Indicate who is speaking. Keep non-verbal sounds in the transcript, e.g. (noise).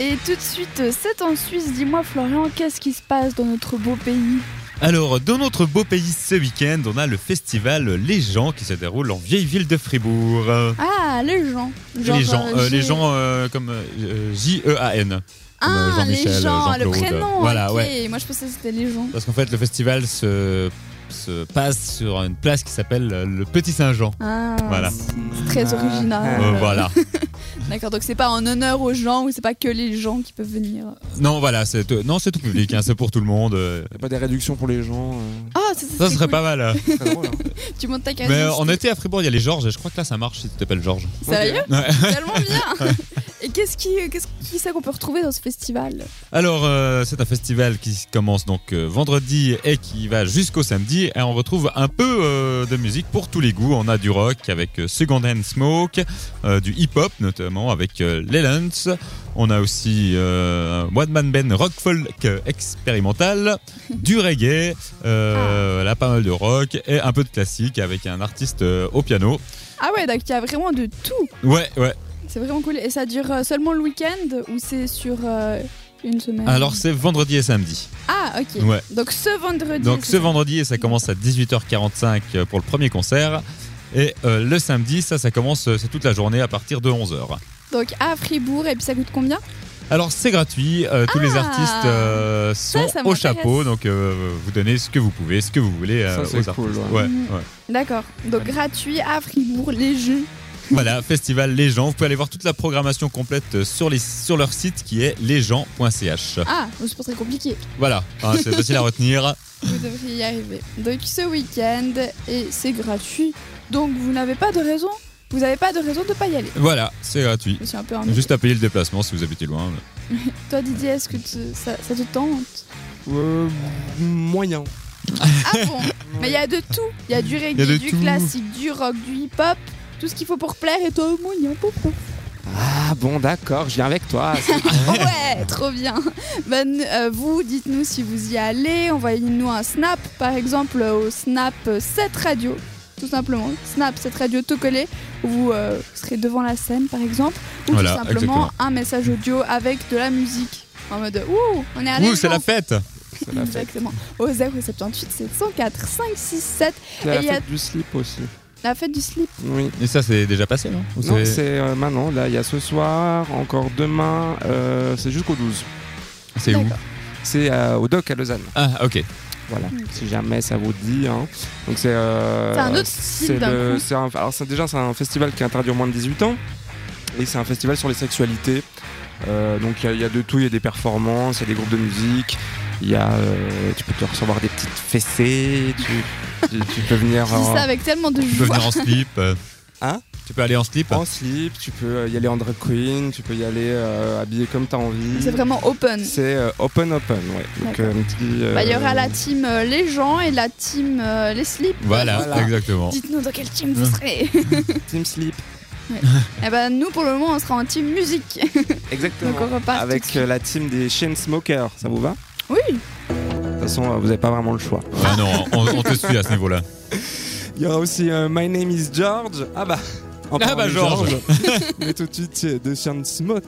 Speaker 1: Et tout de suite, c'est en Suisse. Dis-moi, Florian, qu'est-ce qui se passe dans notre beau pays
Speaker 2: Alors, dans notre beau pays ce week-end, on a le festival Les gens qui se déroule en vieille ville de Fribourg.
Speaker 1: Ah, les gens.
Speaker 2: les gens,
Speaker 1: euh,
Speaker 2: euh, les
Speaker 1: j'ai-
Speaker 2: gens euh, comme euh, J-E-A-N. comme, euh,
Speaker 1: Ah, les
Speaker 2: Jean-Michel,
Speaker 1: gens, le
Speaker 2: Jean-Claude.
Speaker 1: prénom.
Speaker 2: Voilà,
Speaker 1: ok.
Speaker 2: ouais.
Speaker 1: Moi, je pensais que c'était les gens.
Speaker 2: Parce qu'en fait, le festival se, se passe sur une place qui s'appelle euh, le Petit Saint-Jean.
Speaker 1: Ah,
Speaker 2: Voilà.
Speaker 1: c'est très original.
Speaker 2: Euh, voilà.
Speaker 1: D'accord, donc c'est pas en honneur aux gens ou c'est pas que les gens qui peuvent venir.
Speaker 2: Non, voilà, c'est tout- non, c'est tout public, hein, c'est pour tout le monde. euh.
Speaker 3: Y a pas des réductions pour les gens. euh,
Speaker 1: Ah, ça, ça
Speaker 2: Ça
Speaker 1: serait
Speaker 2: serait
Speaker 1: cool.
Speaker 2: pas mal.
Speaker 3: très drôle, hein.
Speaker 1: Tu montes ta case.
Speaker 2: Mais euh, on était à Fribourg, il y a les Georges, et je crois que là ça marche si tu t'appelles Georges.
Speaker 1: (laughs) Sérieux
Speaker 2: Ouais.
Speaker 1: Tellement
Speaker 2: (laughs)
Speaker 1: bien Et qu'est-ce qui, qu'est-ce qui c'est qu'on peut retrouver dans ce festival
Speaker 2: Alors, euh, c'est un festival qui commence donc euh, vendredi et qui va jusqu'au samedi. Et on retrouve un peu euh, de musique pour tous les goûts. On a du rock avec euh, Second Hand Smoke, euh, du hip-hop notamment avec euh, Lelance. On a aussi euh, un One Man Band Rock Folk euh, expérimental, du reggae, euh, là pas mal de rock et un peu de classique avec un artiste euh, au piano.
Speaker 1: Ah ouais, donc il y a vraiment de tout.
Speaker 2: Ouais, ouais.
Speaker 1: C'est vraiment cool. Et ça dure euh, seulement le week-end ou c'est sur euh, une semaine
Speaker 2: Alors, c'est vendredi et samedi.
Speaker 1: Ah, ok.
Speaker 2: Ouais.
Speaker 1: Donc ce vendredi.
Speaker 2: Donc
Speaker 1: c'est
Speaker 2: ce
Speaker 1: ça
Speaker 2: vendredi, ça commence à 18h45 euh, pour le premier concert. Et euh, le samedi, ça, ça commence, euh, c'est toute la journée à partir de 11h.
Speaker 1: Donc à Fribourg, et puis ça coûte combien
Speaker 2: Alors c'est gratuit, euh, tous les
Speaker 1: Ah.
Speaker 2: artistes euh, sont
Speaker 1: ça
Speaker 2: au
Speaker 1: m'intéresse.
Speaker 2: chapeau, donc euh, vous donnez ce que vous pouvez, ce que vous voulez euh,
Speaker 3: Ça,
Speaker 2: aux
Speaker 3: c'est
Speaker 2: artistes.
Speaker 3: cool, ouais.
Speaker 2: Ouais,
Speaker 1: Mhm.
Speaker 2: ouais.
Speaker 1: D'accord. Donc gratuit à Fribourg, les jeux.
Speaker 2: voilà, festival Les gens. Vous pouvez aller voir toute la programmation complète euh, sur, les, sur leur site qui est lesgens.ch.
Speaker 1: Ah, c'est pas très compliqué.
Speaker 2: Voilà, hein, c'est facile
Speaker 1: (laughs)
Speaker 2: à retenir.
Speaker 1: Vous devriez y arriver. Donc ce week-end, et c'est gratuit. Donc vous n'avez pas de raison, vous n'avez pas de raison de pas y aller.
Speaker 2: Voilà, c'est gratuit.
Speaker 1: Je suis un peu en
Speaker 2: Juste à payer le déplacement si vous habitez loin.
Speaker 1: Toi Didier, est-ce que tu- ça, ça te tente
Speaker 3: Euh, moyen.
Speaker 1: Ah
Speaker 2: (laughs)
Speaker 1: bon Mais il y a de tout. Il y a du
Speaker 2: Y a de
Speaker 1: reggae, du
Speaker 2: tout.
Speaker 1: classique, du rock, du hip-hop, tout ce qu'il faut pour plaire et toi au moins, il y a un peu pour-
Speaker 3: Ah bon, d'accord, je viens avec (laughs) toi.
Speaker 1: Ah Ouais, trop bien. Ben, euh, vous, dites-nous si vous y allez. Envoyez-nous un snap, par exemple, euh, au snap 7 radio. Tout simplement, snap 7 radio tout collé. Vous, euh, vous serez devant la scène, par exemple. Ou
Speaker 2: Voilà,
Speaker 1: tout simplement
Speaker 2: exactement.
Speaker 1: un message audio avec de la musique. En mode, ouh, on est allé.
Speaker 2: Ouh,
Speaker 1: (laughs)
Speaker 2: c'est
Speaker 1: non
Speaker 2: la fête
Speaker 3: C'est la fête.
Speaker 1: Exactement. Au 078 704 567.
Speaker 3: C'est la
Speaker 1: Et il y a-
Speaker 3: fête du slip aussi.
Speaker 1: La fête du slip.
Speaker 3: Oui.
Speaker 2: Et ça, c'est déjà passé, non Ou
Speaker 3: Non,
Speaker 2: c'est-
Speaker 3: c'est euh, maintenant. Là, il y a ce soir, encore demain. euh, c'est jusqu'au 12.
Speaker 2: C'est où
Speaker 1: D'accord.
Speaker 3: C'est euh, au doc à Lausanne.
Speaker 2: Ah, ok.
Speaker 3: Voilà.
Speaker 1: Ok.
Speaker 3: Si jamais ça vous dit. hein. Donc c'est. euh,
Speaker 1: C'est un autre
Speaker 3: c'est
Speaker 1: style d'un
Speaker 3: le-
Speaker 1: coup.
Speaker 3: c'est un- alors c'est déjà c'est un festival qui est interdit aux moins de 18 ans et c'est un festival sur les sexualités. Euh, donc il y a- il y, a de tout, il y a des performances, il y a des groupes de musique, il y a euh, tu peux te recevoir des petites fessées, tu, tu- tu peux venir
Speaker 1: (laughs)
Speaker 2: Ah,
Speaker 1: Je dis
Speaker 3: en,
Speaker 1: ça avec tellement de
Speaker 2: Tu peux
Speaker 1: joie.
Speaker 2: venir en slip. euh.
Speaker 3: Hein
Speaker 2: Tu peux aller en slip.
Speaker 3: en slip, tu peux euh, y aller en drag queen, tu peux y aller euh, habillé comme t'as envie.
Speaker 1: C'est vraiment open.
Speaker 3: C'est euh, open open, ouais. Donc
Speaker 1: D'accord.
Speaker 3: euh, un petit, euh,
Speaker 1: Bah, il y aura la team euh, les gens et la team euh, les slips.
Speaker 2: Voilà,
Speaker 3: Voilà.
Speaker 2: exactement.
Speaker 1: Dites-nous dans quelle team vous
Speaker 2: Hein.
Speaker 3: (laughs)
Speaker 1: serez.
Speaker 3: team slip.
Speaker 1: Eh ben nous pour le moment on sera en team musique.
Speaker 3: Exactement.
Speaker 1: Donc on repart. tout de
Speaker 3: Avec
Speaker 1: suite.
Speaker 3: euh, la team des Chainsmokers, ça vous va
Speaker 1: Oui.
Speaker 3: De toute façon, euh, vous n'avez pas vraiment le choix.
Speaker 2: Ah non, on, on te suit à ce niveau-là.
Speaker 3: Il y aura aussi euh, My Name is George. Ah bah. en
Speaker 2: Ah
Speaker 3: parlant
Speaker 2: bah,
Speaker 3: de (laughs)
Speaker 2: George.
Speaker 3: Mais tout de suite, euh, de Chainsmo-